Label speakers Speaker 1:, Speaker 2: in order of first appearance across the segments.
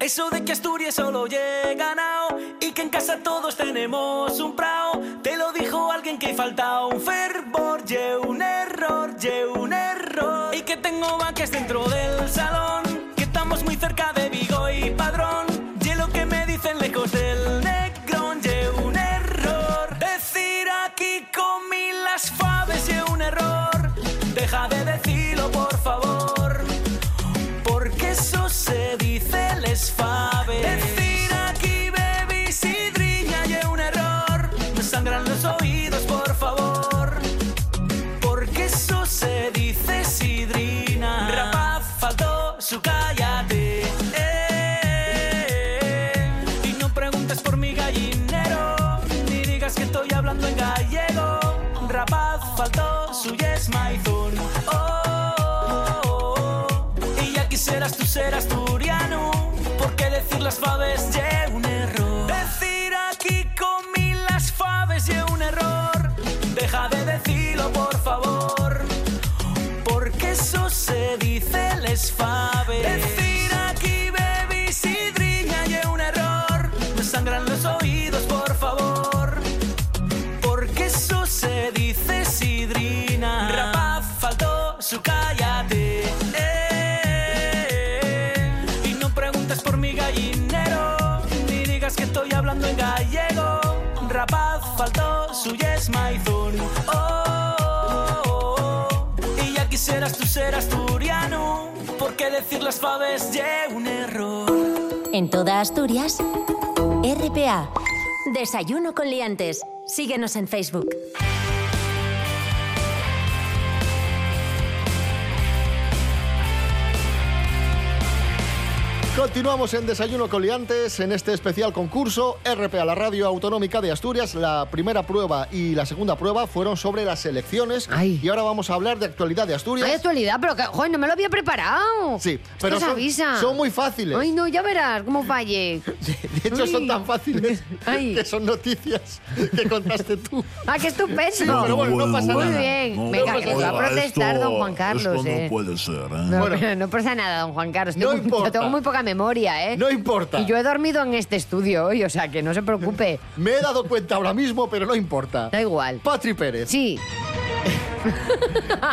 Speaker 1: Eso de que Asturias solo llega Nao y que en casa todos tenemos un prao. Te lo dijo alguien que falta un fervor, ye un error, ye un error. Y que tengo vaques dentro del salón, que estamos muy cerca de Vigo y Padrón. Ye lo que me dicen lejos del Negrón, ye un error. Decir aquí comí las faves, ye un error. Deja de decirlo, por favor. Porque eso se dice les faves. Decir aquí baby sidriña y es un error. Me sangran los oídos, por favor. Porque eso se dice sidrina. Rapaz faltó su cállate. Eh, Y no preguntes por mi gallinero. Ni digas que estoy hablando en gallego. Rapaz faltó su yes maizón. Oh, y ya quisieras tú ser asturiano, porque decir las faves es un error. Decir aquí comí las faves es un error. Deja de decirlo, por favor, porque eso se dice les faves. Decir aquí bebí sidriña y es un error. Me sangran los oídos, por favor. Porque eso se dice sidrina. Rapaz faltó su cállate. Eh, Y no preguntes por mi gallinero. Ni digas que estoy hablando en gallego. Rapaz faltó su yes maizón. Oh, Y ya quisieras tú ser asturiano. Porque decir las faves lleva un error.
Speaker 2: En toda Asturias, RPA. Desayuno con liantes. Síguenos en Facebook.
Speaker 3: Continuamos en Desayuno Coliantes en este especial concurso RPA, la Radio Autonómica de Asturias. La primera prueba y la segunda prueba fueron sobre las elecciones.
Speaker 4: Ay.
Speaker 3: Y ahora vamos a hablar de actualidad de Asturias.
Speaker 4: Hay actualidad, pero que, joder, no me lo había preparado.
Speaker 3: Sí,
Speaker 4: Esto
Speaker 3: pero
Speaker 4: se
Speaker 3: son,
Speaker 4: avisa.
Speaker 3: son muy fáciles.
Speaker 4: Ay, no, ya verás cómo falle.
Speaker 3: De hecho, son
Speaker 4: Uy.
Speaker 3: tan fáciles
Speaker 4: Ay.
Speaker 3: que son noticias que contaste tú.
Speaker 4: Ah, qué estupendo.
Speaker 3: Sí, pero bueno, no pasa
Speaker 4: Muy
Speaker 3: nada.
Speaker 4: bien.
Speaker 5: No,
Speaker 4: Venga, que va a
Speaker 5: oiga,
Speaker 4: protestar
Speaker 5: esto-
Speaker 4: don Juan Carlos,
Speaker 5: Esto
Speaker 4: eh.
Speaker 5: no puede ser, ¿eh?
Speaker 4: No,
Speaker 3: Bueno.
Speaker 4: no pasa nada, don Juan Carlos.
Speaker 3: No
Speaker 4: Tengo-
Speaker 3: importa.
Speaker 4: Yo tengo muy poca memoria, ¿eh?
Speaker 3: No importa.
Speaker 4: Y yo he dormido en este estudio hoy, o sea que no se preocupe.
Speaker 3: Me he dado cuenta ahora mismo, pero no importa.
Speaker 4: Da igual.
Speaker 3: Patri Pérez.
Speaker 4: Sí,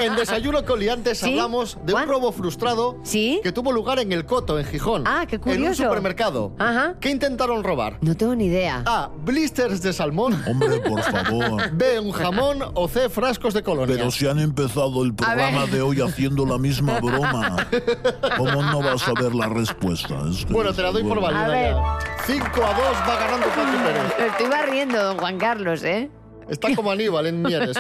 Speaker 3: En Desayuno con Liantes
Speaker 4: ¿Sí?
Speaker 3: hablamos de un
Speaker 4: ¿Cuán-
Speaker 3: robo frustrado
Speaker 4: ¿Sí?
Speaker 3: que tuvo lugar en El Coto, en Gijón.
Speaker 4: Ah, qué
Speaker 3: En un
Speaker 4: curioso.
Speaker 3: supermercado.
Speaker 4: Ajá.
Speaker 3: ¿Qué intentaron robar?
Speaker 4: no tengo ni idea.
Speaker 3: A. Blisters de salmón.
Speaker 5: Hombre, por favor.
Speaker 3: B. Un jamón. O C. Frascos de colonia.
Speaker 5: Pero si han empezado el programa
Speaker 4: ver.
Speaker 5: de hoy haciendo la misma broma, ¿cómo no vas a ver la respuesta? Es que
Speaker 3: Bueno,
Speaker 5: no
Speaker 3: te la doy por
Speaker 5: sé,
Speaker 3: válida.
Speaker 4: A ver.
Speaker 3: 5 a 2 va ganando Patri Pérez.
Speaker 4: Lo estoy barriendo, don Juan Carlos, ¿eh?
Speaker 3: Está como Aníbal en Mieres.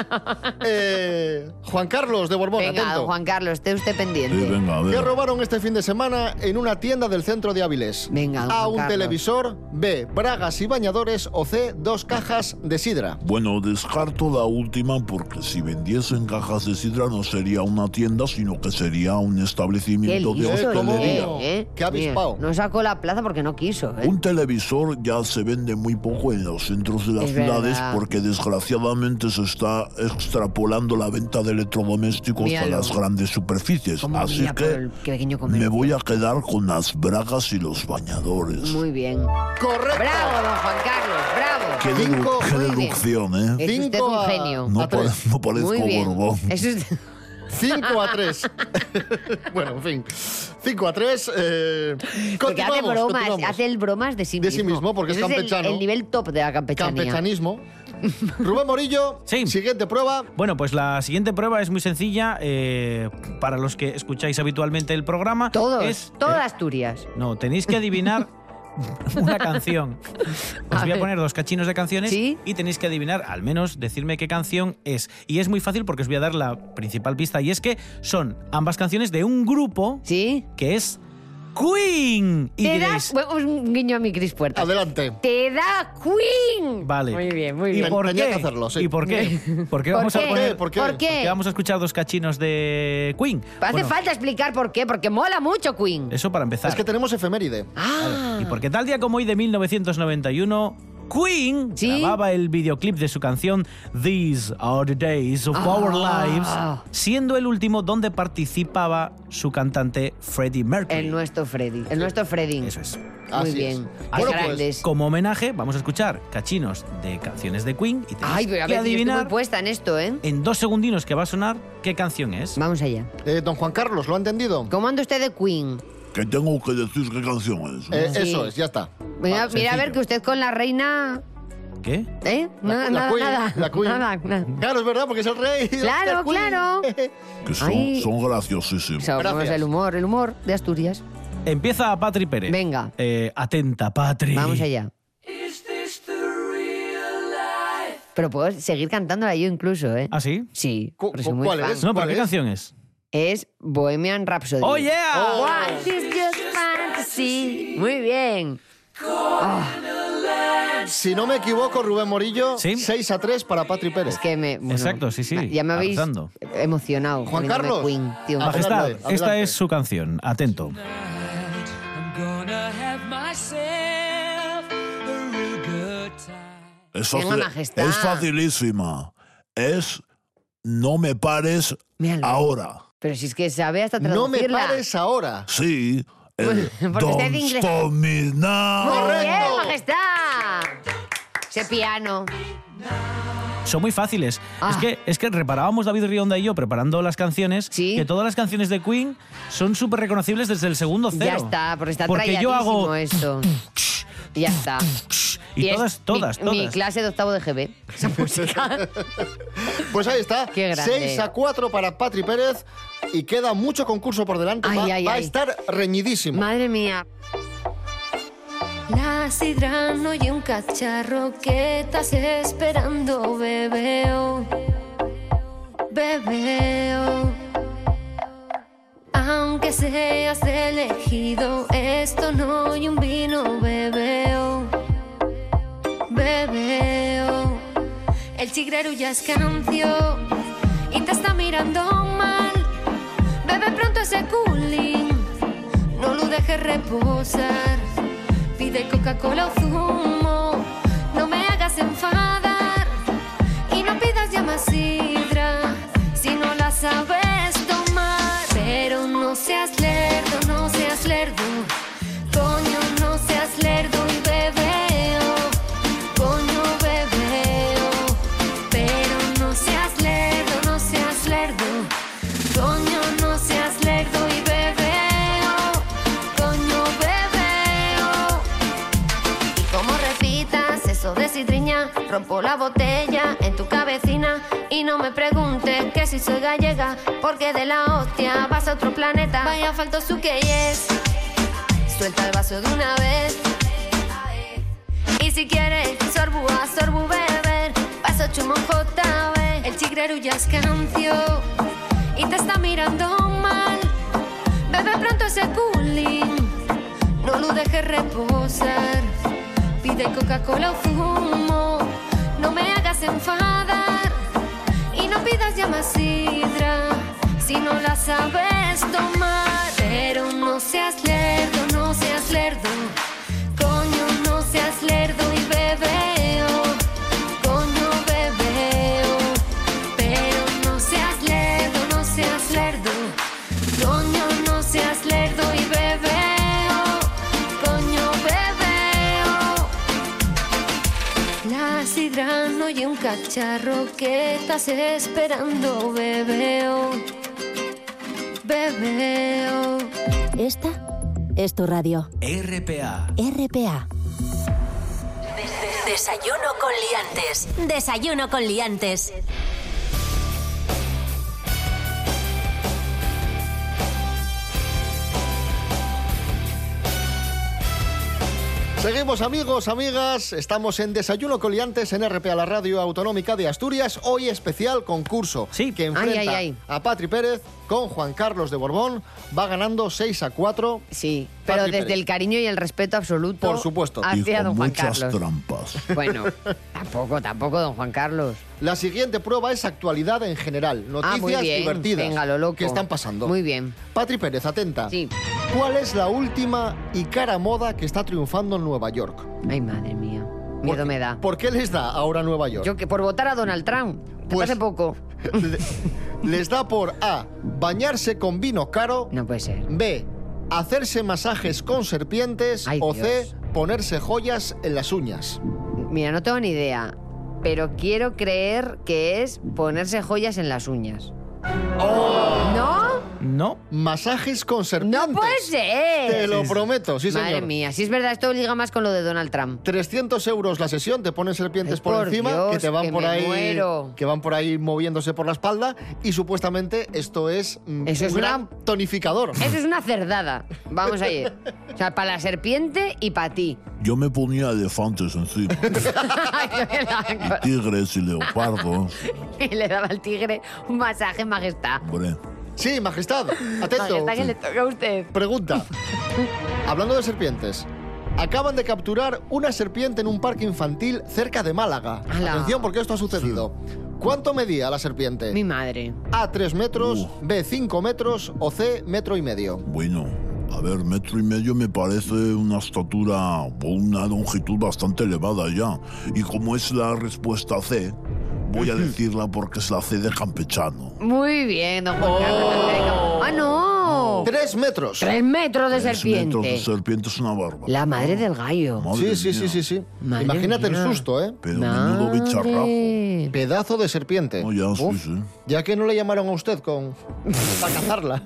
Speaker 3: Eh, Juan Carlos de Borbón,
Speaker 4: Venga,
Speaker 3: atento.
Speaker 4: don Juan Carlos, esté usted
Speaker 5: Sí,
Speaker 4: pendiente.
Speaker 5: venga, a
Speaker 3: ¿Qué
Speaker 5: ver.
Speaker 3: robaron este fin de semana en una tienda del centro de Avilés?
Speaker 4: Venga, don
Speaker 3: A.
Speaker 4: Juan
Speaker 3: Un
Speaker 4: Carlos.
Speaker 3: televisor. B. Bragas y bañadores. O C. Dos cajas de sidra.
Speaker 5: Bueno, descarto la última porque si vendiesen cajas de sidra no sería una tienda, sino que sería un
Speaker 4: Qué
Speaker 5: establecimiento de
Speaker 4: liso,
Speaker 3: Dios, ¿cómo?
Speaker 5: hostelería.
Speaker 4: Miguel, ¿eh?
Speaker 3: Qué avispao.
Speaker 4: Mira, No sacó la plaza porque no quiso, ¿eh?
Speaker 5: Un televisor ya se vende muy poco en los centros de las
Speaker 4: Es
Speaker 5: ciudades
Speaker 4: verdad.
Speaker 5: porque desgraciadamente se está extrapolando la venta de electrodomésticos
Speaker 4: Míralo.
Speaker 5: a las grandes superficies.
Speaker 4: Cómo
Speaker 5: Así
Speaker 4: mira por
Speaker 5: que
Speaker 4: el pequeño
Speaker 5: me
Speaker 4: comercio.
Speaker 5: voy a quedar con las bragas y los bañadores.
Speaker 4: Muy bien.
Speaker 3: ¡Correcto!
Speaker 4: Bravo, don Juan Carlos, bravo.
Speaker 5: Qué, dedu-
Speaker 3: Cinco,
Speaker 5: qué
Speaker 4: muy bien.
Speaker 5: deducción, ¿eh?
Speaker 4: Es usted
Speaker 3: Cinco
Speaker 4: un
Speaker 3: a-
Speaker 4: genio.
Speaker 5: No,
Speaker 3: a
Speaker 5: pa-
Speaker 3: tres.
Speaker 5: no parezco
Speaker 4: Muy bien.
Speaker 5: Borbón.
Speaker 4: Es usted-
Speaker 3: 5 a 3. bueno, en fin. 5 a 3. Eh,
Speaker 4: Porque hace
Speaker 3: continuamos,
Speaker 4: bromas,
Speaker 3: continuamos.
Speaker 4: hace el bromas de sí mismo.
Speaker 3: De sí mismo, porque es
Speaker 4: Ese el,
Speaker 3: campechano.
Speaker 4: el nivel top de la campechanería.
Speaker 3: Campechanismo. Rubén Morillo,
Speaker 1: Sí.
Speaker 3: siguiente prueba.
Speaker 1: Bueno, pues la siguiente prueba es muy sencilla eh, para los que escucháis habitualmente el programa.
Speaker 4: Todos,
Speaker 1: Es-
Speaker 4: toda Asturias.
Speaker 1: No, tenéis que adivinar una canción. Os
Speaker 4: A
Speaker 1: voy a
Speaker 4: ver.
Speaker 1: poner dos cachinos de canciones
Speaker 4: ¿Sí?
Speaker 1: y tenéis que adivinar, al menos decirme qué canción es. Y es muy fácil porque os voy a dar la principal pista y es que son ambas canciones de un grupo
Speaker 4: ¿Sí?
Speaker 1: que es Queen. Y
Speaker 4: Te
Speaker 1: diréis,
Speaker 4: das bueno, un guiño a mi Cris Puertas.
Speaker 3: Adelante.
Speaker 4: Te da Queen.
Speaker 1: Vale.
Speaker 4: Muy bien, muy
Speaker 1: ¿Y
Speaker 4: bien.
Speaker 1: por
Speaker 3: Tenía
Speaker 1: qué?
Speaker 3: que hacerlo, sí.
Speaker 1: ¿Y por qué? Porque
Speaker 4: ¿Por
Speaker 1: vamos
Speaker 4: qué?
Speaker 1: a poner
Speaker 3: ¿Por qué?
Speaker 4: ¿Por
Speaker 1: porque vamos a escuchar dos cachinos de Queen.
Speaker 4: Hace
Speaker 1: Bueno,
Speaker 4: falta explicar por qué, porque mola mucho Queen.
Speaker 1: Eso para empezar.
Speaker 3: Es que tenemos efeméride.
Speaker 4: Ah,
Speaker 1: Y porque tal día como hoy de 1991, Queen
Speaker 4: Sí.
Speaker 1: grababa el videoclip de su canción These Are the Days of Our Lives,
Speaker 4: Ah.
Speaker 1: siendo el último donde participaba su cantante Freddie Mercury.
Speaker 4: el nuestro Freddy. El nuestro Freddy.
Speaker 1: Eso es.
Speaker 4: Muy
Speaker 3: Así
Speaker 4: bien.
Speaker 3: es.
Speaker 4: Qué
Speaker 3: Bueno, pues,
Speaker 4: grandes.
Speaker 1: Como homenaje, vamos a escuchar cachinos de canciones de Queen y tenéis
Speaker 4: Ay, pero a ver,
Speaker 1: que
Speaker 4: yo estoy muy
Speaker 1: adivinar
Speaker 4: puesta en esto, ¿eh?
Speaker 1: en dos segundinos que va a sonar qué canción es.
Speaker 4: Vamos allá.
Speaker 3: Eh, don Juan Carlos, ¿lo ha entendido?
Speaker 4: ¿Cómo anda usted de Queen?
Speaker 5: Que tengo que decir qué canción es. ¿no?
Speaker 3: Eh,
Speaker 4: Sí.
Speaker 3: Eso es, ya está.
Speaker 4: Mira,
Speaker 1: Va,
Speaker 4: mira a ver
Speaker 1: Ah, sencillo.
Speaker 4: que usted con la reina...
Speaker 1: ¿Qué?
Speaker 4: ¿Eh?
Speaker 3: La-
Speaker 4: Na-
Speaker 3: la
Speaker 4: nada,
Speaker 3: Queen,
Speaker 4: nada.
Speaker 3: la Queen.
Speaker 4: Nada, nada.
Speaker 3: Claro, es verdad, porque es el rey.
Speaker 4: Claro, claro.
Speaker 5: que son,
Speaker 4: Ay.
Speaker 5: son graciosísimos.
Speaker 4: Eso, vamos,
Speaker 3: Gracias.
Speaker 4: el humor, el humor de Asturias.
Speaker 1: Empieza Patri Pérez.
Speaker 4: Venga.
Speaker 1: Eh, atenta, Patri.
Speaker 4: Vamos allá. Pero puedo seguir cantándola yo incluso, ¿eh?
Speaker 1: ¿Ah, sí?
Speaker 4: Sí.
Speaker 3: Cu-
Speaker 4: porque soy
Speaker 3: cu-
Speaker 4: muy
Speaker 3: ¿cuál
Speaker 4: fan.
Speaker 3: es?
Speaker 1: No, pero ¿qué canción es?
Speaker 4: Es Bohemian Rhapsody.
Speaker 1: ¡Oh, yeah!
Speaker 4: What is just fantasy? Muy bien.
Speaker 3: Si no me equivoco, Rubén Morillo,
Speaker 1: Sí.
Speaker 3: 6 a 3 para Patri Pérez.
Speaker 4: Es que me... bueno,
Speaker 1: Exacto, sí, sí,
Speaker 4: Ya me habéis
Speaker 1: avanzando.
Speaker 4: emocionado.
Speaker 3: Juan
Speaker 4: poniéndome
Speaker 3: Carlos.
Speaker 4: Queen, tío.
Speaker 3: Ah,
Speaker 1: Majestad,
Speaker 3: Adelante, adelante.
Speaker 1: esta es su canción. Atento. Ah,
Speaker 5: Es,
Speaker 4: Tengo
Speaker 5: fácil-
Speaker 4: majestad.
Speaker 5: es facilísima. Es no me pares
Speaker 4: Míralo.
Speaker 5: ahora.
Speaker 4: Pero si es que sabe hasta
Speaker 3: no
Speaker 4: traducirla.
Speaker 3: me pares ahora.
Speaker 5: Sí. El
Speaker 4: Porque usted es
Speaker 5: Don't
Speaker 4: inglés.
Speaker 5: Stop Me Now.
Speaker 4: ¡Muy bien,
Speaker 3: ¡Correcto!
Speaker 4: majestad! Ese piano.
Speaker 1: Son muy fáciles.
Speaker 4: Ah.
Speaker 1: Es, que, es que reparábamos David Rionda y yo preparando las canciones,
Speaker 4: Sí.
Speaker 1: que todas las canciones de Queen son súper reconocibles desde el segundo cero.
Speaker 4: Ya está, porque está
Speaker 1: Porque yo hago...
Speaker 4: tralladísimo esto. Y ya está.
Speaker 1: Y,
Speaker 4: es
Speaker 1: todas,
Speaker 4: mi-
Speaker 1: todas,
Speaker 4: mi,
Speaker 1: todas.
Speaker 4: clase de octavo de GB. Esa música.
Speaker 3: Pues ahí está.
Speaker 4: Qué grande.
Speaker 3: 6 a 4 para Patri Pérez. Y queda mucho concurso por delante.
Speaker 4: Ay,
Speaker 3: va
Speaker 4: ay,
Speaker 3: va a
Speaker 4: ay.
Speaker 3: estar reñidísimo.
Speaker 4: Madre mía.
Speaker 6: La sidrano y un cacharro que estás esperando, bebeo, bebeo. Aunque
Speaker 4: que seas elegido. Esto no y un vino, bebeo. Bebeo. El tigre ya es cancio y te está mirando mal. Bebe pronto ese cooling, no lo dejes reposar. Pide Coca-Cola o zumo, no me hagas enfadar. Y no pidas ya más sidra si no la sabes tomar. Pero no seas lerdo, no seas lerdo. Coño, no seas lerdo y bebeo. Coño, bebeo. Pero no seas lerdo, no seas lerdo. Coño, no seas lerdo y bebeo. Coño, bebeo. Y como repitas eso de sidriña, rompo la botella en tu cabecina. Y no me preguntes que si soy gallega, porque de la hostia vas a otro planeta. Vaya falto su que es. Suelta el vaso de una vez. Y si quieres, sorbu a sorbu beber. Paso chumo JB. El chigrero ya es cancio y te está mirando mal. Bebe pronto ese cooling no lo dejes reposar. Pide Coca-Cola o fumo, no me hagas enfadar. Y no pidas ya más sidra si no la sabes tomar. Pero no seas lerdo, no seas lerdo. Coño, no seas lerdo y bebeo. Coño, bebeo. Pero no seas lerdo, no seas lerdo. Coño, no seas lerdo y bebeo. Coño, bebeo. La sidra no y un cacharro que estás esperando, bebeo. Bebeo.
Speaker 2: Esta es tu radio.
Speaker 1: RPA.
Speaker 2: RPA. Desayuno con liantes. Desayuno con liantes.
Speaker 3: Seguimos amigos, amigas, estamos en Desayuno Coliantes en RP a la Radio Autonómica de Asturias, hoy especial concurso
Speaker 7: Sí.
Speaker 3: que enfrenta
Speaker 8: Ay, ay, ay.
Speaker 3: a Patri Pérez con Juan Carlos de Borbón, va ganando 6 a 4.
Speaker 8: Sí, pero
Speaker 3: Patri
Speaker 8: desde
Speaker 3: Pérez.
Speaker 8: el cariño y el respeto absoluto.
Speaker 3: Por supuesto.
Speaker 5: Y
Speaker 8: Hacia
Speaker 5: con
Speaker 8: don Juan
Speaker 5: muchas
Speaker 8: Carlos.
Speaker 5: trampas.
Speaker 8: Bueno, tampoco, tampoco, don Juan Carlos.
Speaker 3: La siguiente prueba es actualidad en general, noticias
Speaker 8: ah, muy bien.
Speaker 3: divertidas
Speaker 8: Venga, lo loco.
Speaker 3: que están pasando.
Speaker 8: Muy bien.
Speaker 3: Patri Pérez, atenta.
Speaker 8: Sí.
Speaker 3: ¿Cuál es la última y cara moda que está triunfando en Nueva York?
Speaker 8: Ay, madre mía.
Speaker 3: ¿Por
Speaker 8: Miedo
Speaker 3: qué-
Speaker 8: me da.
Speaker 3: ¿Por qué les da ahora Nueva York?
Speaker 8: Yo que por votar a Donald Trump.
Speaker 3: Pues-
Speaker 8: Hace poco.
Speaker 3: Le- les da por A. Bañarse con vino caro.
Speaker 8: No puede ser.
Speaker 3: B. Hacerse masajes con serpientes.
Speaker 8: Ay,
Speaker 3: o
Speaker 8: Dios.
Speaker 3: C. Ponerse joyas en las uñas.
Speaker 8: Mira, no tengo ni idea. Pero quiero creer que es ponerse joyas en las uñas.
Speaker 3: Oh.
Speaker 8: ¡No!
Speaker 7: No,
Speaker 3: Masajes con serpientes.
Speaker 8: ¡No puede ser!
Speaker 3: Te lo prometo, sí,
Speaker 8: Madre
Speaker 3: señor.
Speaker 8: mía, si es verdad, esto liga más con lo de Donald Trump.
Speaker 3: 300 euros la sesión, te ponen serpientes
Speaker 8: Ay,
Speaker 3: por,
Speaker 8: por
Speaker 3: encima
Speaker 8: Dios,
Speaker 3: que te van
Speaker 8: que
Speaker 3: por
Speaker 8: me
Speaker 3: ahí
Speaker 8: muero.
Speaker 3: que van por ahí moviéndose por la espalda y supuestamente esto es mm,
Speaker 8: Eso
Speaker 3: un
Speaker 8: es
Speaker 3: gran
Speaker 8: una-
Speaker 3: tonificador.
Speaker 8: Eso es una cerdada. Vamos a ir. O sea, para la serpiente y para ti.
Speaker 5: Yo me ponía elefantes encima, tigres y leopardos.
Speaker 8: y le daba al tigre un masaje majestad.
Speaker 5: Hombre,
Speaker 3: Sí, majestad, atento.
Speaker 8: Majestad que le toca a usted.
Speaker 3: Pregunta. Hablando de serpientes. Acaban de capturar una serpiente en un parque infantil cerca de Málaga.
Speaker 8: Ala.
Speaker 3: Atención porque esto ha sucedido. ¿Cuánto medía la serpiente?
Speaker 8: Mi madre.
Speaker 3: A 3 metros,
Speaker 5: Uh.
Speaker 3: B 5 metros o C metro y medio.
Speaker 5: bueno, a ver, metro y medio me parece una estatura o una longitud bastante elevada ya. Y como es la respuesta C, voy a decirla porque es la C de campechano.
Speaker 8: Muy bien, don Juan Carlos. ¡Ah, no!
Speaker 3: 3 metros.
Speaker 8: Tres metros de
Speaker 5: Tres Oh. metros de
Speaker 8: serpiente.
Speaker 5: serpiente es una barba.
Speaker 8: La madre del gallo.
Speaker 3: Sí, sí, sí, sí, sí.
Speaker 8: Madre
Speaker 3: Imagínate
Speaker 8: mía.
Speaker 3: el susto, ¿eh?
Speaker 5: Pero menudo bicharraco.
Speaker 8: Madre.
Speaker 3: Pedazo de serpiente.
Speaker 5: No, Oh, ya, sí, sí.
Speaker 3: Ya que no le llamaron a usted con para cazarla.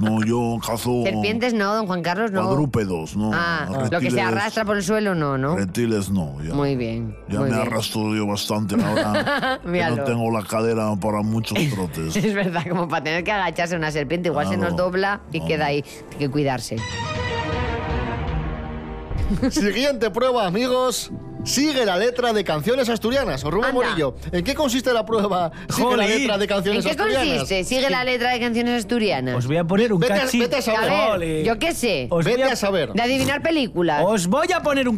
Speaker 5: No, yo cazo
Speaker 8: Serpientes no, don Juan Carlos no.
Speaker 5: cuadrúpedos, no.
Speaker 8: Ah, lo que se
Speaker 5: Reptiles-
Speaker 8: arrastra por el suelo no, ¿no?
Speaker 5: Reptiles no, ya.
Speaker 8: Muy bien.
Speaker 5: Ya
Speaker 8: muy
Speaker 5: me
Speaker 8: bien.
Speaker 5: arrastro yo bastante ahora. que
Speaker 8: Míralo.
Speaker 5: no tengo la cadera para muchos trotes.
Speaker 8: Es verdad, como para tener que agacharse una serpiente, igual se
Speaker 5: Claro.
Speaker 8: nos dobla y
Speaker 5: No.
Speaker 8: queda ahí. Hay que cuidarse.
Speaker 3: Siguiente prueba, amigos. sigue la letra de canciones asturianas. O Rubén
Speaker 4: Anda.
Speaker 3: Morillo, ¿en qué consiste la prueba? Sigue la
Speaker 1: Jolín.
Speaker 3: letra de
Speaker 4: ¿En
Speaker 3: canciones
Speaker 4: qué
Speaker 3: asturianas.
Speaker 4: consiste? Sigue la letra de canciones asturianas.
Speaker 1: Os voy a poner un
Speaker 3: Vete a-
Speaker 1: cachín.
Speaker 3: vete a saber.
Speaker 4: A ver,
Speaker 1: Ole.
Speaker 4: yo qué sé.
Speaker 1: Os voy
Speaker 3: Vete a saber.
Speaker 4: De adivinar películas.
Speaker 1: Os voy a poner un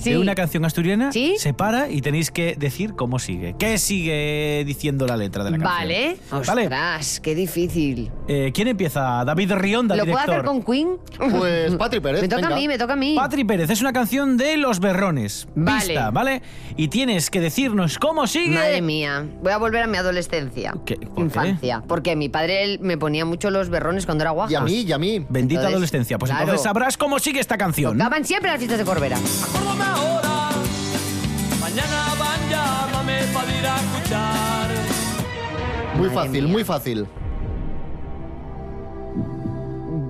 Speaker 4: Sí.
Speaker 1: de una canción asturiana.
Speaker 4: ¿Sí?
Speaker 1: Se para y tenéis que decir cómo sigue. ¿Qué sigue diciendo la letra de la
Speaker 4: Vale.
Speaker 1: canción? Vale.
Speaker 4: Ostras, qué difícil.
Speaker 1: Eh, ¿Quién empieza? David Rionda,
Speaker 4: ¿Lo puedo
Speaker 1: director.
Speaker 4: hacer con Queen?
Speaker 3: Pues Patri Pérez,
Speaker 4: Me toca
Speaker 3: venga.
Speaker 4: a mí, me toca a mí.
Speaker 1: Patri Pérez, es una canción de Los Berrones.
Speaker 4: Vale.
Speaker 1: Pista, ¿vale? Y tienes que decirnos cómo sigue.
Speaker 4: Madre mía, voy a volver a mi adolescencia.
Speaker 1: ¿Qué? ¿Por qué?
Speaker 4: Infancia. Porque mi padre él, me ponía mucho los berrones cuando era guaja.
Speaker 3: Y a mí, y a mí.
Speaker 1: Bendita
Speaker 4: Entonces,
Speaker 1: adolescencia. Pues
Speaker 4: claro.
Speaker 1: entonces sabrás cómo sigue esta canción.
Speaker 4: Tocaban siempre las fiestas de Corbera.
Speaker 9: Acuérdame ahora, mañana van, llámame para ir a escuchar.
Speaker 3: Muy
Speaker 4: Madre
Speaker 3: fácil,
Speaker 4: mía.
Speaker 3: muy fácil.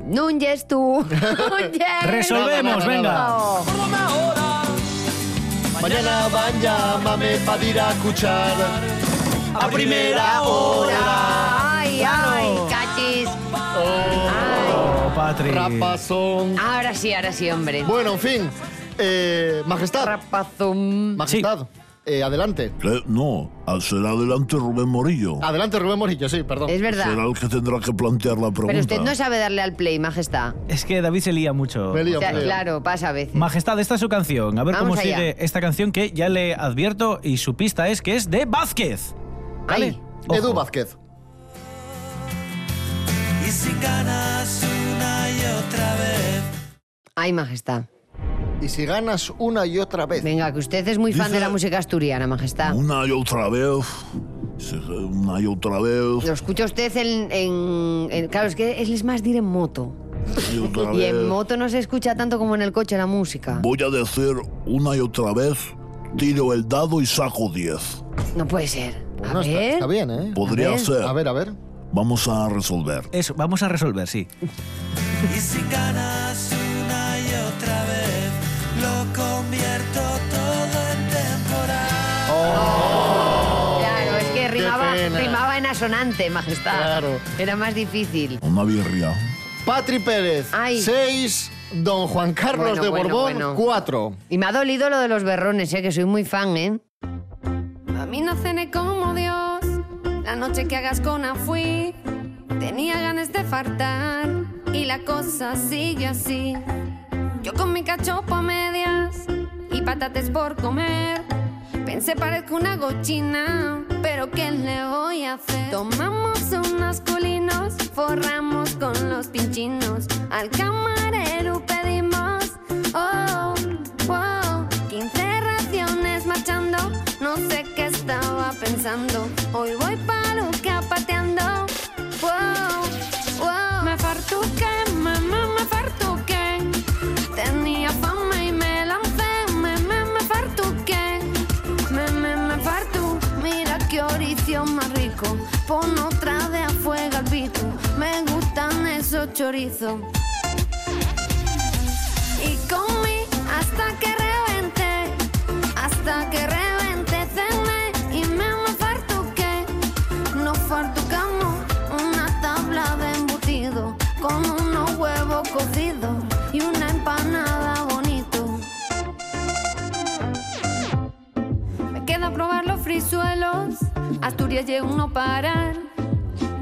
Speaker 4: Núñez tú. Núñez.
Speaker 1: Resolvemos, venga.
Speaker 9: Acuérdame ahora,
Speaker 3: Mañana van, llámame para ir a escuchar.
Speaker 9: a primera hora.
Speaker 4: Ay, ay, cachis. Ay.
Speaker 1: Oh, Patri.
Speaker 3: Rapazón.
Speaker 4: Ahora sí, ahora sí, hombre.
Speaker 3: Bueno, en fin. Eh, majestad,
Speaker 4: Rapazum.
Speaker 3: majestad, eh, adelante.
Speaker 5: Le- No, al ser adelante Rubén Morillo.
Speaker 3: Adelante, Rubén Morillo, sí, perdón.
Speaker 4: Es Ah, verdad.
Speaker 5: Será el que tendrá que plantear la pregunta.
Speaker 4: Pero usted no sabe darle al play, majestad.
Speaker 1: Es que David se lía mucho.
Speaker 3: Me lío,
Speaker 4: O sea,
Speaker 3: me lío.
Speaker 4: claro, pasa a veces.
Speaker 1: Majestad, esta es su canción. A ver
Speaker 4: Vamos
Speaker 1: cómo
Speaker 4: allá.
Speaker 1: sigue esta canción que ya le advierto y su pista es que es de Vázquez. ¿Vale?
Speaker 4: Ay.
Speaker 1: Ojo.
Speaker 3: Edu Vázquez.
Speaker 9: Y si ganas una y otra vez.
Speaker 4: Ay, majestad.
Speaker 3: Y si ganas una y otra vez.
Speaker 4: Venga, que usted es muy fan
Speaker 5: Dice-
Speaker 4: de la música asturiana, majestad.
Speaker 5: Una y otra vez. Sí, Una y otra vez.
Speaker 4: Lo escucha usted en, en- en- Claro, es que él es más dir en moto.
Speaker 5: una Y otra
Speaker 4: Y en
Speaker 5: vez.
Speaker 4: moto no se escucha tanto como en el coche la música.
Speaker 5: Voy a decir una y otra vez. Tiro el dado y saco 10.
Speaker 4: No puede ser. A
Speaker 3: Bueno, pues está,
Speaker 4: ver.
Speaker 3: está bien, ¿eh?
Speaker 5: Podría
Speaker 4: ver.
Speaker 5: ser.
Speaker 3: A ver, a ver.
Speaker 5: Vamos a resolver.
Speaker 1: Eso, vamos a resolver, sí.
Speaker 9: Y si ganas una y otra vez, lo convierto todo en temporada.
Speaker 4: Claro, es que rimaba,
Speaker 3: pena.
Speaker 4: rimaba en asonante, majestad.
Speaker 3: Claro.
Speaker 4: Era más difícil.
Speaker 5: Una birria.
Speaker 3: Patri Pérez,
Speaker 4: Ay.
Speaker 3: 6. Don Juan Carlos
Speaker 4: Bueno,
Speaker 3: de
Speaker 4: bueno,
Speaker 3: Borbón,
Speaker 4: bueno.
Speaker 3: 4.
Speaker 4: Y me ha dolido lo de los berrones, ¿eh? que soy muy fan, ¿eh?
Speaker 6: A mí no cené como Dios. La noche que hagas cona fui. Tenía ganas de fartar. Y la cosa sigue así. Yo con mi cachopo a medias. Y patates por comer. Pensé parezco una gochina. Pero ¿qué le voy a hacer? Tomamos unos culinos. Forramos con los pinchinos. Al camarero pedimos. Oh, wow. 15 raciones marchando, no sé qué estaba pensando. Hoy voy paluca pateando. Wow, wow. Me fartuqué, mamá, me fartuqué. Tenía fama y me lancé, me, me, me fartuqué. Me, me, me fartu. Mira qué oricio más rico. Pon otra de afuera al pico. Me gustan esos chorizos y comí hasta que reventé, hasta que reventé, cené y me me fartuqué. Nos fartucamos una tabla de embutido con unos huevos cocidos y una empanada bonito. Me queda probar los frisuelos, Asturias llegó no parar.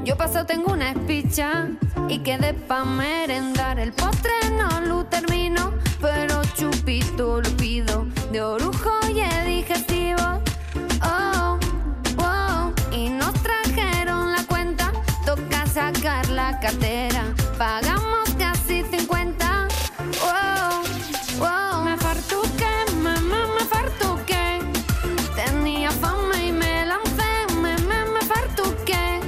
Speaker 6: Yo paso tengo una espicha y quedé pa' merendar. El postre no lo termino, pero chupito lo pido. De orujo y es digestivo. Oh, oh. Y nos trajeron la cuenta, toca sacar la cartera. Pagamos casi 50. Wow, wow. Me fartuqué, mamá, me fartuqué. Tenía fama y me lancé, me, me, me fartuqué.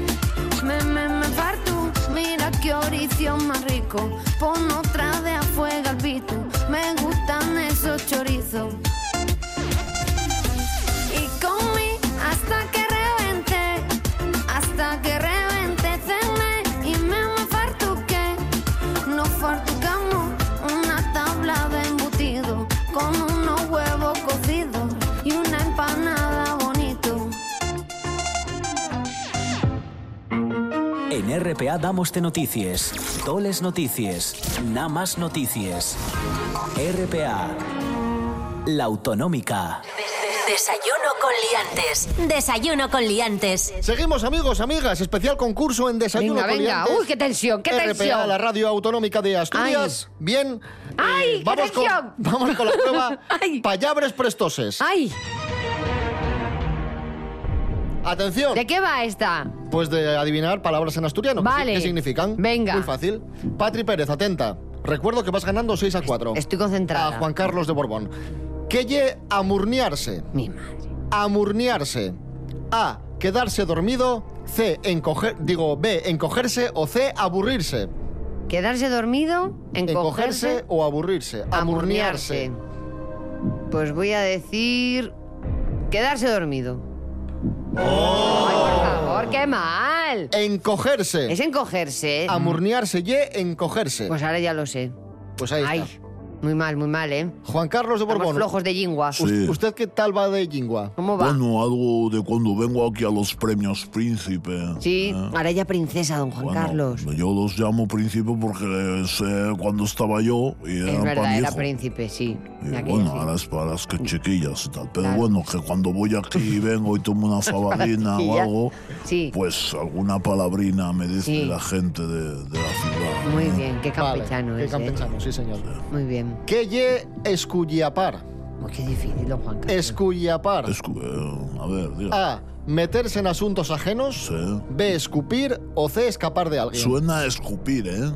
Speaker 6: Me, me, me fartu, mira qué oricio más rico. Pon otra de afuera al pito, me gustan esos chorizos. Y comí hasta que reventé, hasta que reventé, cené y me, me fartuqué. Nos fartucamos una tabla de embutido con unos huevos cocidos y una empanada bonito.
Speaker 10: En RPA damoste noticias, toles noticias, nada más noticias. RPA, La Autonómica.
Speaker 2: Desayuno con liantes. Desayuno con liantes.
Speaker 3: Seguimos, amigos, amigas. Especial concurso en Desayuno
Speaker 4: Venga,
Speaker 3: con
Speaker 4: venga.
Speaker 3: Liantes.
Speaker 4: Uy, qué tensión, qué
Speaker 3: RPA,
Speaker 4: tensión.
Speaker 3: la radio autonómica de Asturias. Bien. eh,
Speaker 4: Ay, qué
Speaker 3: vamos con,
Speaker 4: tensión.
Speaker 3: vamos con la prueba
Speaker 4: Ay.
Speaker 3: Payabres Prestoses.
Speaker 4: ¡Ay!
Speaker 3: Atención.
Speaker 4: ¿De qué va esta?
Speaker 3: Pues de adivinar palabras en asturiano. ¿Qué-
Speaker 4: Vale.
Speaker 3: ¿Qué significan?
Speaker 4: Venga.
Speaker 3: Muy fácil. Patri Pérez, atenta. Recuerdo que vas ganando 6 a 4.
Speaker 4: Estoy concentrada.
Speaker 3: A Juan Carlos de Borbón. Que ye amurnearse.
Speaker 4: Mi madre.
Speaker 3: Amurnearse. A. Quedarse dormido. C. Encoger. Digo, B. Encogerse. O C. Aburrirse.
Speaker 4: Quedarse dormido,
Speaker 3: Encogerse,
Speaker 4: encogerse,
Speaker 3: o aburrirse. Amurnearse.
Speaker 4: amurnearse. Pues voy a decir. Quedarse dormido. Ay, por favor, qué mal.
Speaker 3: Encogerse.
Speaker 4: Es encogerse. ¿eh?
Speaker 3: Amurnearse y encogerse. Pues,
Speaker 4: Pues ahora ya lo sé.
Speaker 3: ahí está.
Speaker 4: Ay, muy mal, muy mal, ¿eh?
Speaker 3: Juan Carlos de
Speaker 4: Estamos
Speaker 3: Borbón.
Speaker 4: flojos de lingua.
Speaker 5: Sí.
Speaker 3: ¿us- ¿Usted qué tal va de lingua?
Speaker 4: ¿Cómo va?
Speaker 5: Bueno, algo de cuando vengo aquí a los premios Príncipe.
Speaker 4: Sí, ahora ya princesa, don Juan
Speaker 5: Bueno,
Speaker 4: Carlos.
Speaker 5: Yo los llamo príncipe porque es, eh, cuando estaba yo y era
Speaker 4: Es
Speaker 5: para mi
Speaker 4: verdad, era
Speaker 5: hijo.
Speaker 4: príncipe, sí.
Speaker 5: Y
Speaker 4: Ya que
Speaker 5: Eh, bueno,
Speaker 4: sí. Mm.
Speaker 5: ahora es para las que chiquillas y tal. Pero
Speaker 4: Claro.
Speaker 5: bueno, que cuando voy aquí y vengo y tomo una sabanina o
Speaker 4: chiquillas.
Speaker 5: algo,
Speaker 4: Sí.
Speaker 5: pues alguna palabrina me dice
Speaker 4: Sí.
Speaker 5: la gente de, de la ciudad.
Speaker 4: Muy bien, qué
Speaker 3: Vale,
Speaker 4: campechano
Speaker 3: qué
Speaker 4: es, ¿eh?
Speaker 3: campechano, sí, señor.
Speaker 4: Muy bien.
Speaker 3: Que ye esculliapar.
Speaker 4: Oh, qué difícil, don Juan Carlos.
Speaker 3: Esculliapar.
Speaker 5: Es cu- eh, a ver,
Speaker 4: Ah,
Speaker 5: diga.
Speaker 3: A. Meterse en asuntos ajenos.
Speaker 5: Sí.
Speaker 3: B. Escupir. O C. Escapar de alguien.
Speaker 5: Suena a escupir, ¿eh?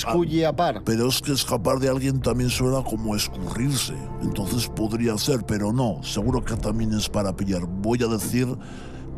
Speaker 3: Esculliapar.
Speaker 5: Pero es que escapar de alguien también suena como escurrirse. Entonces podría ser, pero no. Seguro que también es para pillar. Voy a decir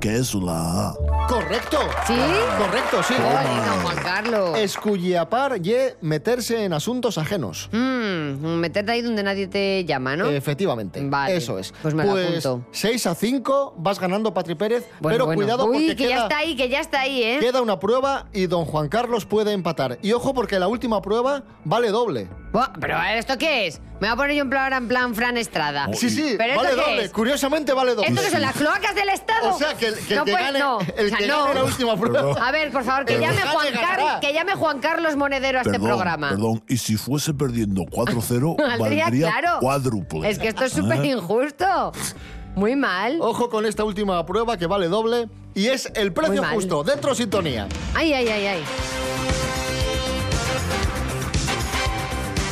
Speaker 5: que es la A.
Speaker 3: Correcto.
Speaker 4: ¿Sí?
Speaker 3: Correcto, sí.
Speaker 4: Jolín, don Juan Carlos!
Speaker 3: Esculliapar y meterse en asuntos ajenos.
Speaker 4: Mm, meterte ahí donde nadie te llama, ¿no?
Speaker 3: Eh, Efectivamente.
Speaker 4: Vale,
Speaker 3: Eso es.
Speaker 4: pues me la apunto.
Speaker 3: 6 a 5, vas ganando Patri Pérez,
Speaker 4: Bueno,
Speaker 3: pero
Speaker 4: bueno.
Speaker 3: cuidado
Speaker 4: Uy,
Speaker 3: porque
Speaker 4: que
Speaker 3: queda,
Speaker 4: ya está ahí, que ya está ahí, ¿eh?
Speaker 3: queda una prueba y don Juan Carlos puede empatar. Y ojo porque la última prueba vale doble.
Speaker 4: Buah, Pero ¿eh? ¿esto qué es? Me voy a poner yo en plan, ahora en plan Fran Estrada.
Speaker 3: Sí, sí,
Speaker 4: ¿Pero esto
Speaker 3: vale
Speaker 4: qué
Speaker 3: doble.
Speaker 4: es?
Speaker 3: Curiosamente vale doble.
Speaker 4: ¿Esto que son las cloacas del Estado?
Speaker 3: O sea, que el que,
Speaker 4: no,
Speaker 3: el que
Speaker 4: pues,
Speaker 3: gane,
Speaker 4: no.
Speaker 3: el
Speaker 4: O sea,
Speaker 3: que
Speaker 4: no.
Speaker 3: gane la última prueba.
Speaker 4: A ver, por favor, que
Speaker 3: El
Speaker 4: llame,
Speaker 3: Jaime
Speaker 4: Juan
Speaker 3: ganará.
Speaker 4: Car- que llame Juan Carlos Monedero a este programa.
Speaker 5: perdón. Y si fuese perdiendo 4-0,
Speaker 4: Valdría,
Speaker 5: valdría
Speaker 4: claro.
Speaker 5: cuádruple.
Speaker 4: Es que esto es súper
Speaker 5: ¿Eh?
Speaker 4: injusto. Muy mal.
Speaker 3: Ojo con esta última prueba que vale doble y es el precio
Speaker 4: Muy mal.
Speaker 3: justo. Dentro sintonía.
Speaker 4: Ay, ay, ay, ay. ¿Es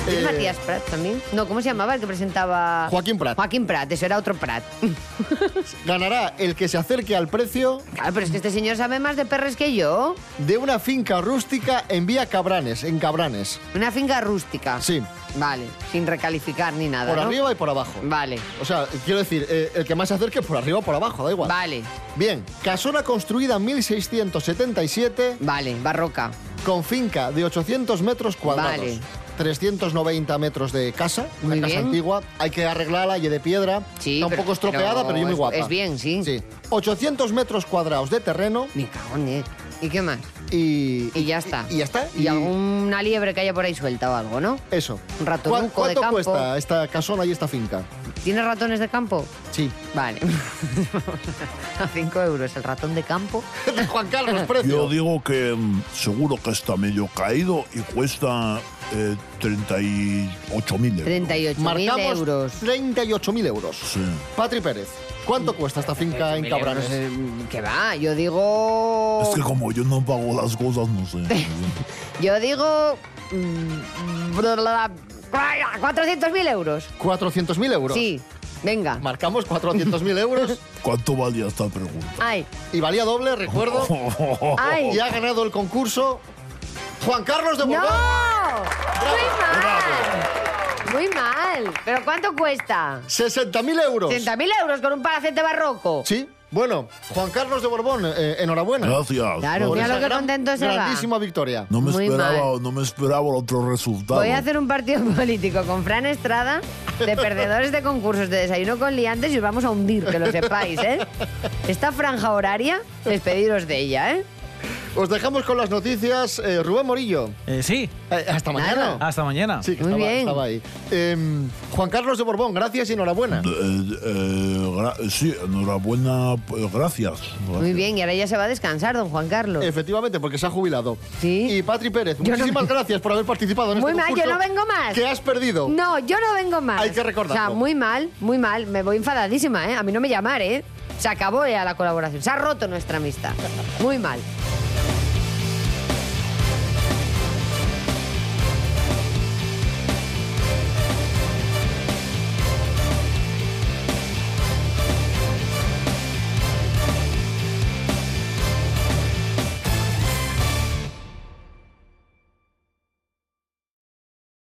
Speaker 3: Eh,
Speaker 4: Matías Prat también? No, ¿cómo se llamaba el que presentaba?
Speaker 3: Joaquín Prat.
Speaker 4: Joaquín Prat, eso era otro Prat.
Speaker 3: Ganará el que se acerque al precio
Speaker 4: Claro, pero es que este señor sabe más de perres que yo.
Speaker 3: de una finca rústica en Vía Cabranes, en Cabranes.
Speaker 4: Una finca rústica.
Speaker 3: Sí.
Speaker 4: Vale, sin recalificar ni nada.
Speaker 3: Por
Speaker 4: ¿no?
Speaker 3: arriba y por abajo.
Speaker 4: Vale,
Speaker 3: O sea, quiero decir, eh, el que más se acerque por arriba o por abajo, da igual.
Speaker 4: vale,
Speaker 3: Bien, casona construida en 1677
Speaker 4: vale, barroca.
Speaker 3: con finca de 800 metros cuadrados.
Speaker 4: Vale.
Speaker 3: 390 metros de casa, una
Speaker 4: Muy
Speaker 3: casa
Speaker 4: bien.
Speaker 3: antigua. Hay que arreglarla y de piedra.
Speaker 4: Sí,
Speaker 3: Está un
Speaker 4: pero-
Speaker 3: poco estropeada, pero,
Speaker 4: pero
Speaker 3: yo muy
Speaker 4: es-
Speaker 3: guapa.
Speaker 4: es bien, sí.
Speaker 3: Sí. 800 metros cuadrados de terreno
Speaker 4: Me cago en él. ¿Y qué más?
Speaker 3: y...
Speaker 4: Y ya está.
Speaker 3: Y, y ya está.
Speaker 4: Y, alguna liebre que haya por ahí suelta o algo, ¿no?
Speaker 3: Eso.
Speaker 4: un ratonuco
Speaker 3: ¿Cuá-
Speaker 4: de
Speaker 3: ¿Cuánto
Speaker 4: campo?
Speaker 3: cuesta esta casona y esta finca?
Speaker 4: ¿Tiene ratones de campo?
Speaker 3: Sí.
Speaker 4: Vale. A 5 euros el ratón de campo.
Speaker 3: Juan Carlos,
Speaker 5: Yo
Speaker 3: precio.
Speaker 5: digo que mm, seguro que está medio caído y cuesta eh, 38.000 euros.
Speaker 4: 38.000
Speaker 3: Marcamos
Speaker 4: euros.
Speaker 3: 38.000 euros.
Speaker 5: Sí.
Speaker 3: Patri Pérez, ¿cuánto cuesta esta finca en
Speaker 4: 38.000 euros,
Speaker 3: Cabranes?
Speaker 4: eh, ¿Qué va? Yo digo...
Speaker 5: Es que como yo no pago las cosas, no sé.
Speaker 4: Yo digo... mm, bla, bla, bla, 400.000 euros.
Speaker 3: 400.000 euros.
Speaker 4: Sí, venga.
Speaker 3: Marcamos 400.000 euros
Speaker 5: ¿Cuánto valía esta pregunta?
Speaker 4: Ay,
Speaker 3: y valía doble, recuerdo.
Speaker 4: ay.
Speaker 3: Y ha ganado el concurso Juan Carlos de
Speaker 4: ¡No!
Speaker 3: Borbón.
Speaker 4: Muy mal. Muy mal. ¿Pero cuánto cuesta?
Speaker 3: 60.000 euros.
Speaker 4: 60.000 euros con un palacete barroco.
Speaker 3: Sí. Bueno, Juan Carlos de Borbón, eh, enhorabuena.
Speaker 5: Gracias.
Speaker 4: Claro,
Speaker 5: No,
Speaker 4: mira
Speaker 3: esa
Speaker 4: lo que contento se va.
Speaker 3: grandísima victoria.
Speaker 5: no me
Speaker 4: muy
Speaker 5: esperaba, no me esperaba otro resultado.
Speaker 4: Voy a hacer un partido político con Fran Estrada de perdedores de concursos de desayuno con liantes y os vamos a hundir, que lo sepáis, ¿eh? Esta franja horaria, despediros de ella, ¿eh?
Speaker 3: Os dejamos con las noticias. Eh, Rubén Morillo,
Speaker 1: Eh, sí,
Speaker 3: eh, hasta mañana.
Speaker 1: hasta mañana.
Speaker 3: Sí, que
Speaker 4: Muy
Speaker 3: estaba,
Speaker 4: bien.
Speaker 3: estaba ahí. Em, Juan Carlos de Borbón, gracias y enhorabuena.
Speaker 5: Eh, eh, gra- sí, enhorabuena, eh, gracias.
Speaker 4: Muy bien, y ahora ya se va a descansar, don Juan Carlos.
Speaker 3: Eh, Efectivamente, porque se ha jubilado.
Speaker 4: Sí.
Speaker 3: Y Patri Pérez,
Speaker 4: Yo no-
Speaker 3: muchísimas gracias por haber participado en
Speaker 4: Muy
Speaker 3: este
Speaker 4: mal,
Speaker 3: concurso
Speaker 4: yo no vengo más.
Speaker 3: Que has perdido.
Speaker 4: No, yo no vengo más.
Speaker 3: Hay que recordarlo.
Speaker 4: O sea, muy mal, muy mal. Me voy enfadadísima, ¿eh? A mí no me llamar, ¿eh? Se acabó ya la colaboración. Se ha roto nuestra amistad. Muy mal.